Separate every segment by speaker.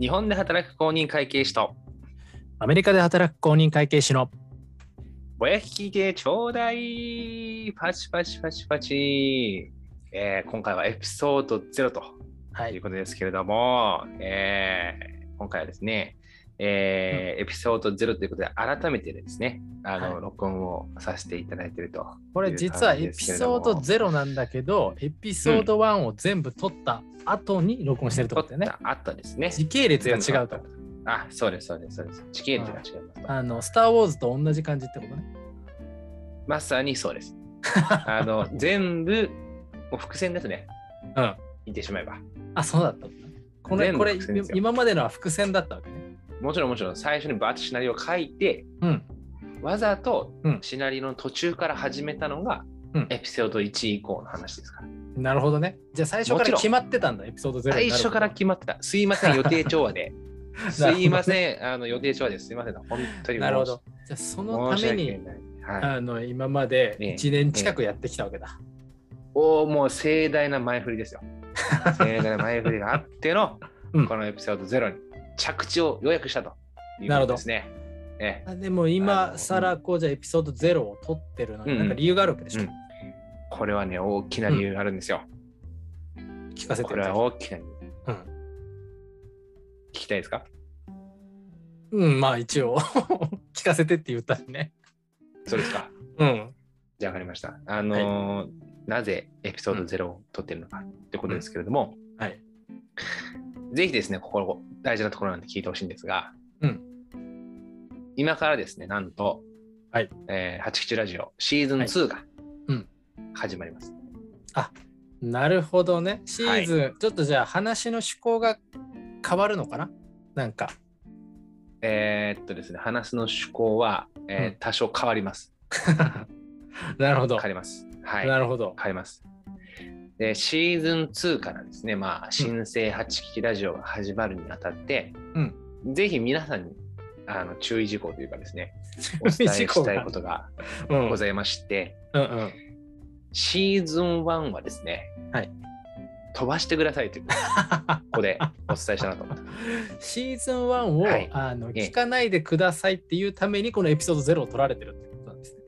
Speaker 1: 日本で働く公認会計士と
Speaker 2: アメリカで働く公認会計士の
Speaker 1: ぼやき聞いてちょうだいパチパチパチパチ、えー今回はエピソード0と
Speaker 2: は
Speaker 1: という
Speaker 2: い、
Speaker 1: ことですけれども、えー今回はですね、えーエピソード0ということで改めてですねあの、
Speaker 2: はい
Speaker 1: 録音をさせていただいていると
Speaker 2: これ実はエピソード0なんだけど、エピソード1を全部撮った後に録音してるってことだよね。
Speaker 1: あったですね
Speaker 2: 時系列が違うと。
Speaker 1: あそうですそうですそうです地形図が違いますと
Speaker 2: あの、スター・ウォーズと同じ感じってことね。
Speaker 1: まさにそう です。あの全部もう伏線ですね。
Speaker 2: うん。
Speaker 1: 言ってしまえば。
Speaker 2: あ、そうだったんだ。これ、
Speaker 1: 全部
Speaker 2: これ
Speaker 1: 伏線ですよ
Speaker 2: 今までのは伏線だったわけね。
Speaker 1: もちろんもちろん最初にバーッとシナリオを書いて
Speaker 2: うん。
Speaker 1: わざと
Speaker 2: うん
Speaker 1: シナリオの途中から始めたのが、
Speaker 2: うん
Speaker 1: エピソード1以降の話ですから。
Speaker 2: なるほどね。じゃあ最初か
Speaker 1: もち
Speaker 2: ら
Speaker 1: ろん
Speaker 2: 決まってたんだ、エピソード0になる
Speaker 1: 最初から決まってた。すいません予定調和 で。すいませんあの予定調和です。すいません本当に
Speaker 2: なるほど。じゃあそのた
Speaker 1: 申し
Speaker 2: め
Speaker 1: 訳
Speaker 2: に、
Speaker 1: ない。はい、
Speaker 2: あの、今まで
Speaker 1: ええ
Speaker 2: 1年近くやってきたわけだ。
Speaker 1: おおもう盛大な前振りですよ。盛大な前振りがあっての、
Speaker 2: うん
Speaker 1: このエピソード0に着地をようやくしたという
Speaker 2: な
Speaker 1: こと
Speaker 2: るほど
Speaker 1: ですね。ええ
Speaker 2: あでも今更こうじゃあエピソード0を取ってるの
Speaker 1: う
Speaker 2: に
Speaker 1: ん
Speaker 2: なんか理由があるわけでしょ、
Speaker 1: うんこれはね、大きな理由があるんですよ。
Speaker 2: 聞かせて
Speaker 1: こ
Speaker 2: く
Speaker 1: れ
Speaker 2: だ
Speaker 1: は
Speaker 2: さい
Speaker 1: 大きな理由。聞きたいですか
Speaker 2: うん、うん、まあ一応 聞かせてって言ったしね
Speaker 1: そうですか。
Speaker 2: うん
Speaker 1: じゃあ、わかりました。あのーなぜエピソード0を撮ってるのかってことですけれども、
Speaker 2: はい
Speaker 1: ぜひですね、ここ大事なところなんで聞いてほしいんですが、
Speaker 2: うん
Speaker 1: 今からですね、なんと、
Speaker 2: はい
Speaker 1: えー、八吉ラジオシーズン2が
Speaker 2: うん
Speaker 1: 始まります。
Speaker 2: なるほどねシーズン、ちょっとじゃあ話の趣向が変わるのかななんか
Speaker 1: えーっとですね、話の趣向は、えー
Speaker 2: うん
Speaker 1: 多少変わります。
Speaker 2: なるほど
Speaker 1: 変わ、ります。はい。
Speaker 2: なるほど
Speaker 1: 変えます。で、シーズン2からですね、まあ、新生八聞きラジオが始まるにあたって、ぜひ皆さんにあの注意事項というかです ね、お伝えしたいことが
Speaker 2: うん
Speaker 1: ございまして、
Speaker 2: うんうん
Speaker 1: シーズン1はですね、
Speaker 2: はい
Speaker 1: 飛ばしてくださいということをここでお伝えしたなと思って ます。
Speaker 2: シーズン1を、
Speaker 1: はい
Speaker 2: あの
Speaker 1: ええ
Speaker 2: 聞かないでくださいっていうためにこのエピソード0を取られてるってことなんですね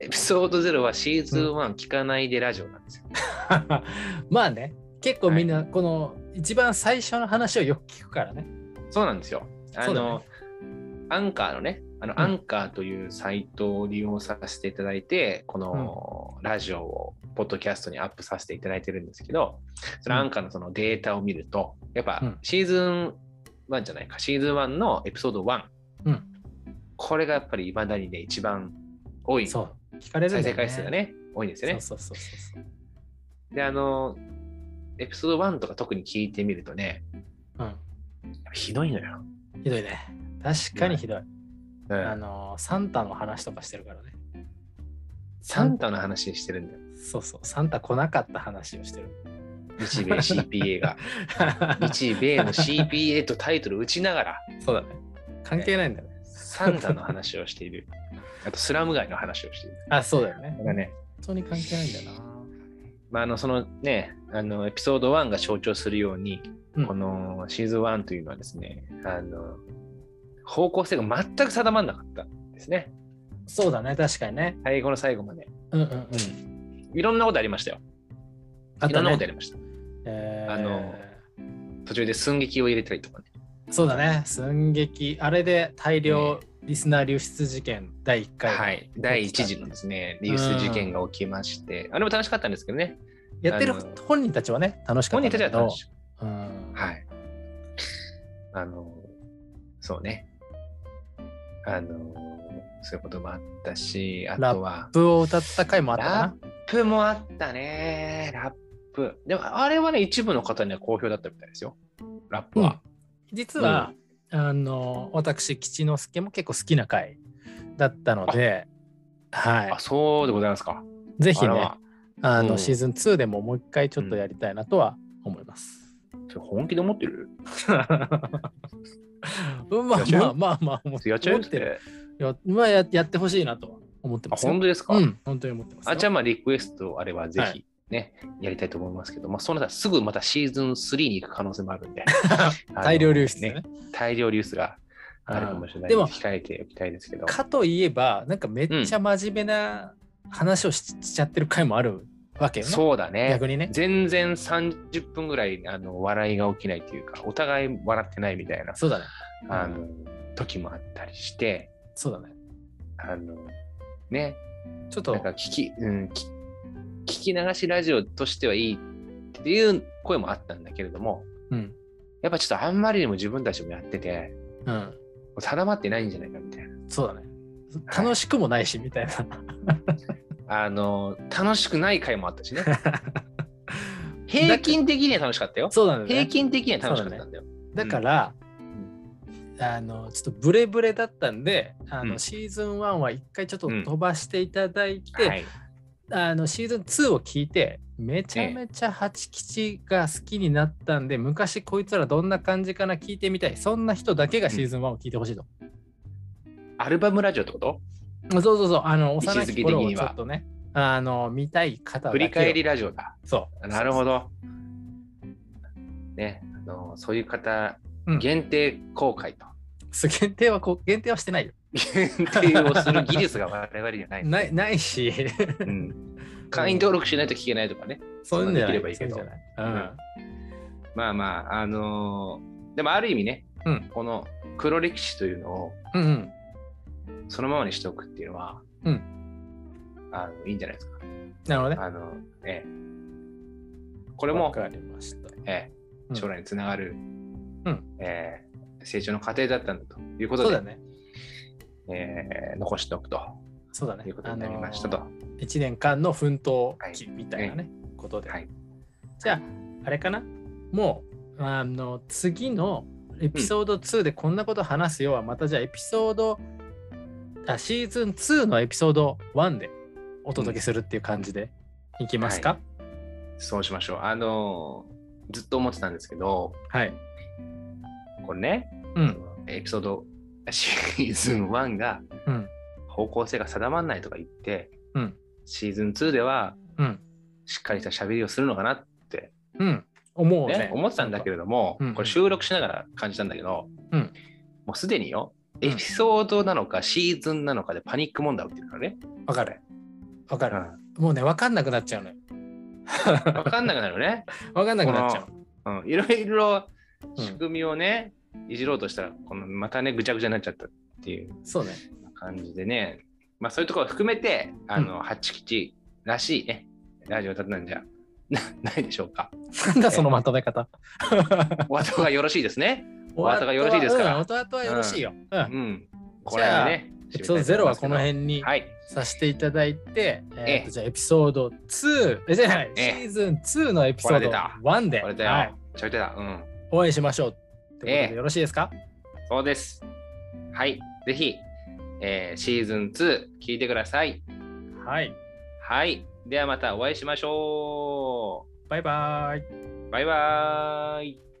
Speaker 1: エピソード0はシーズン1聞かないでラジオなんですよ。
Speaker 2: まあね結構みんなこの一番最初の話をよく聞くからね。
Speaker 1: そうなんですよ。あ
Speaker 2: そうだ
Speaker 1: の、
Speaker 2: ね
Speaker 1: アンカーのね、あの、
Speaker 2: うん
Speaker 1: アンカーというサイトを利用させていただいて、このラジオを、ポッドキャストにアップさせていただいてるんですけど、その
Speaker 2: うん
Speaker 1: アンカーのそのデータを見ると、やっ
Speaker 2: う
Speaker 1: ぱ
Speaker 2: ん
Speaker 1: シーズン1じゃないか、シーズン1のエピソード1、
Speaker 2: うん
Speaker 1: これがやっぱり未だにね、一番多い、
Speaker 2: そう聞かれるん
Speaker 1: 再生
Speaker 2: だよね。
Speaker 1: 回数がね、多いんですよね。
Speaker 2: そうそうそうそうそう。
Speaker 1: で、あの、エピソード1とか特に聞いてみるとね、やっぱひどいのよ。
Speaker 2: うん、ひどいね。確かにひどい。
Speaker 1: うん
Speaker 2: あのサンタの話とかしてるからね。
Speaker 1: サンタの話してるんだよ。
Speaker 2: そうそうサンタ来なかった話をし てる。
Speaker 1: 日米 CPA が日米の CPA とタイトル打ちながら
Speaker 2: そうだね。関係ないんだよね。
Speaker 1: サンタの話をしてい るあとスラム街の話をしている
Speaker 2: あそうだよね
Speaker 1: こ。れがね、
Speaker 2: 本当に関係ないんだよな。
Speaker 1: まあ、あのそのねあのエピソード1が象徴するように、
Speaker 2: うん
Speaker 1: このシーズン1というのはですねあの方向性が全く定まらなかったんですね
Speaker 2: そうだね確かにね。
Speaker 1: 最後の最後まで
Speaker 2: うんうんうん。
Speaker 1: いろんなことありましたよ
Speaker 2: あ
Speaker 1: いろんなことあ
Speaker 2: ね。
Speaker 1: りました
Speaker 2: えー
Speaker 1: あの途中で寸劇を入れたりとかね
Speaker 2: そうだね、寸劇、あれで大量リスナー流出事件第1回。
Speaker 1: はい、第1次のですね、ニュース事件が起きまして、あれも楽しかったんですけどね、
Speaker 2: やってる
Speaker 1: あの
Speaker 2: 本人たちはね、楽しかっ
Speaker 1: 本
Speaker 2: た
Speaker 1: 人
Speaker 2: んだ
Speaker 1: たち
Speaker 2: け
Speaker 1: は楽しい。
Speaker 2: ど。うん
Speaker 1: はい。あの、そうね。あの、そういうこともあったし、あとは
Speaker 2: ラッ、プを歌った回もあったか
Speaker 1: ラップもあったね、ラップ。でも、あれはね、一部の方には好評だったみたいですよ、ラップ
Speaker 2: な。う
Speaker 1: は
Speaker 2: ん。実は、あの私、吉之助も結構好きな回だったので、は
Speaker 1: あ、そうでございますか。
Speaker 2: い、ぜひ
Speaker 1: あら
Speaker 2: ね
Speaker 1: ま、
Speaker 2: あ
Speaker 1: う
Speaker 2: の
Speaker 1: ん
Speaker 2: シーズン2でももう一回ちょっとやりたいなとは思います。
Speaker 1: それ本気で思ってる
Speaker 2: うんまあ
Speaker 1: やっちゃ
Speaker 2: まあ
Speaker 1: う
Speaker 2: まあまあ思っ、
Speaker 1: やっちゃう
Speaker 2: 思ってる。よまあややってほしいなとは思って
Speaker 1: あ、
Speaker 2: ますよ。
Speaker 1: 本当ですか、
Speaker 2: うん、本当に思ってますよ。
Speaker 1: あ、じゃあまあリクエストあればぜ
Speaker 2: は、
Speaker 1: ひね、やりたいと思いますけど、まあ、そうなったらすぐまたシーズン3に行く可能性もあるんで
Speaker 2: 大量流出
Speaker 1: あの
Speaker 2: ね。
Speaker 1: 大量流出があるかもしれない
Speaker 2: でも
Speaker 1: ので控えておきたいですけど、
Speaker 2: かといえば、なんかめっちゃ真面目な話をししちゃってる回もあるわけよね。
Speaker 1: そうだね。
Speaker 2: 逆にね。
Speaker 1: 全然30分ぐらいあの笑いが起きないというか、お互い笑ってないみたいな、
Speaker 2: そうだね。
Speaker 1: あの時もあったりして、
Speaker 2: そうだね。
Speaker 1: あのね、
Speaker 2: ちょっと
Speaker 1: なんか聞き,、うん、き聞き流しラジオとしてはいいっていう声もあったんだけれども、
Speaker 2: うん。
Speaker 1: やっぱちょっとあんまりにも自分たちもやってて、
Speaker 2: うん。
Speaker 1: 定まってないんじゃないかみたいな。
Speaker 2: そうだね。楽しくもないし、みたいな。
Speaker 1: あの、楽しくない回もあ ったしね。平均的には楽しかったよ。
Speaker 2: そうなんだね。
Speaker 1: 平均的には楽しかったんだよ。
Speaker 2: だから、あのちょっとブレブレだったんであ
Speaker 1: う
Speaker 2: の、
Speaker 1: ん
Speaker 2: シーズン1は一回ちょっと
Speaker 1: うん
Speaker 2: 飛ばしていただいて、
Speaker 1: はい。
Speaker 2: あのシーズン2を聞いてめちゃめちゃ八吉が好きになったんで、昔こいつらどんな感じかな聞いてみたいそんな人だけがシーズン1を聞いてほしいと、
Speaker 1: アルバムラジオってこと
Speaker 2: そうそうそうあの幼
Speaker 1: 一時
Speaker 2: き
Speaker 1: 的
Speaker 2: 頃を
Speaker 1: に
Speaker 2: ち
Speaker 1: は
Speaker 2: ょっとねあの見たい方だ
Speaker 1: 振
Speaker 2: けを
Speaker 1: り返りラジオだ。
Speaker 2: そう
Speaker 1: なるほど。ね、あのそういう方
Speaker 2: うん、
Speaker 1: 限定公開と。
Speaker 2: そう限定はこう限定はしてないよ
Speaker 1: 限定をする技術が我々にはない。
Speaker 2: ないな いし
Speaker 1: うん会員登録しないと聞けないとかね。
Speaker 2: そういうんじゃ
Speaker 1: そんなでき
Speaker 2: ない
Speaker 1: ればいいけど
Speaker 2: そううんじゃない、うん
Speaker 1: まあまあ、あのーでもある意味ね、
Speaker 2: うん
Speaker 1: この黒歴史というのを
Speaker 2: うんうん
Speaker 1: そのままにしておくっていうのは、
Speaker 2: う
Speaker 1: あのいいんじゃないですか。
Speaker 2: なるほどね
Speaker 1: あのええこれも
Speaker 2: わ、かりました。
Speaker 1: え
Speaker 2: うん
Speaker 1: え、将来につながる、
Speaker 2: ん
Speaker 1: ええ成長の過程だったんだということ
Speaker 2: そう
Speaker 1: で、
Speaker 2: だね。
Speaker 1: ええ残しておくと
Speaker 2: そうだね。
Speaker 1: いうことになりました
Speaker 2: あ
Speaker 1: と
Speaker 2: の。ー。1年間の奮闘期みたいなね、ことで。
Speaker 1: はい
Speaker 2: じゃあ、あれかなもう、あの、次のエピソード2でこんなこと話すよは、またじゃあエピソード、あ、シーズン2のエピソード1でお届けするっていう感じでいきますか、
Speaker 1: そうしましょう。あのずっと思ってたんですけど、
Speaker 2: はい、
Speaker 1: これね、
Speaker 2: うん。
Speaker 1: エピソード シーズン1が
Speaker 2: うん。
Speaker 1: 方向性が定まらないとか言って、
Speaker 2: うん
Speaker 1: シーズン2では
Speaker 2: うん。
Speaker 1: しっかりした喋りをするのかなって、
Speaker 2: うん。思う
Speaker 1: ね
Speaker 2: ね。
Speaker 1: 思ってたんだけれども、
Speaker 2: うんうん
Speaker 1: これ収録しながら感じたんだけど、
Speaker 2: うん
Speaker 1: もうすでによ
Speaker 2: うん
Speaker 1: エピソードなのかシーズンなのかでパニック問題起きてるからね、
Speaker 2: わかる。わか
Speaker 1: う
Speaker 2: る。もうね、わかんなくなっちゃうのよ。
Speaker 1: ん分かんなくなるね、
Speaker 2: わかんなくなっちゃう。
Speaker 1: うん、いろいろ
Speaker 2: うん
Speaker 1: 仕組みをね、いじろうとしたらこのまたねぐちゃぐちゃになっちゃったっていう
Speaker 2: そうね。
Speaker 1: 感じでね、まあ、そういうところを含めてあの、八吉らしいねラジオだったんじゃな ないでしょうか
Speaker 2: なんだそのまとめ方。
Speaker 1: お後がよろしいですねお後がよろしいですから
Speaker 2: うん、お後はよろしいよ。うん。
Speaker 1: うんこれはね
Speaker 2: エピソードゼロはこの辺に
Speaker 1: はい
Speaker 2: させていただいて、えー
Speaker 1: え
Speaker 2: と
Speaker 1: え
Speaker 2: じゃあエピソード2、えじゃない、
Speaker 1: ええ
Speaker 2: シーズン2のエピソード1で、
Speaker 1: これだよ、
Speaker 2: はい、
Speaker 1: ちょいとだうん
Speaker 2: 応援しましょうってこと
Speaker 1: え
Speaker 2: で
Speaker 1: え
Speaker 2: よろしいですか、
Speaker 1: そうです。はい。ぜひ、えーシーズン2聞いてください。
Speaker 2: はい。
Speaker 1: はい。ではまたお会いしましょ
Speaker 2: バイバイ。
Speaker 1: う。バイバーイ。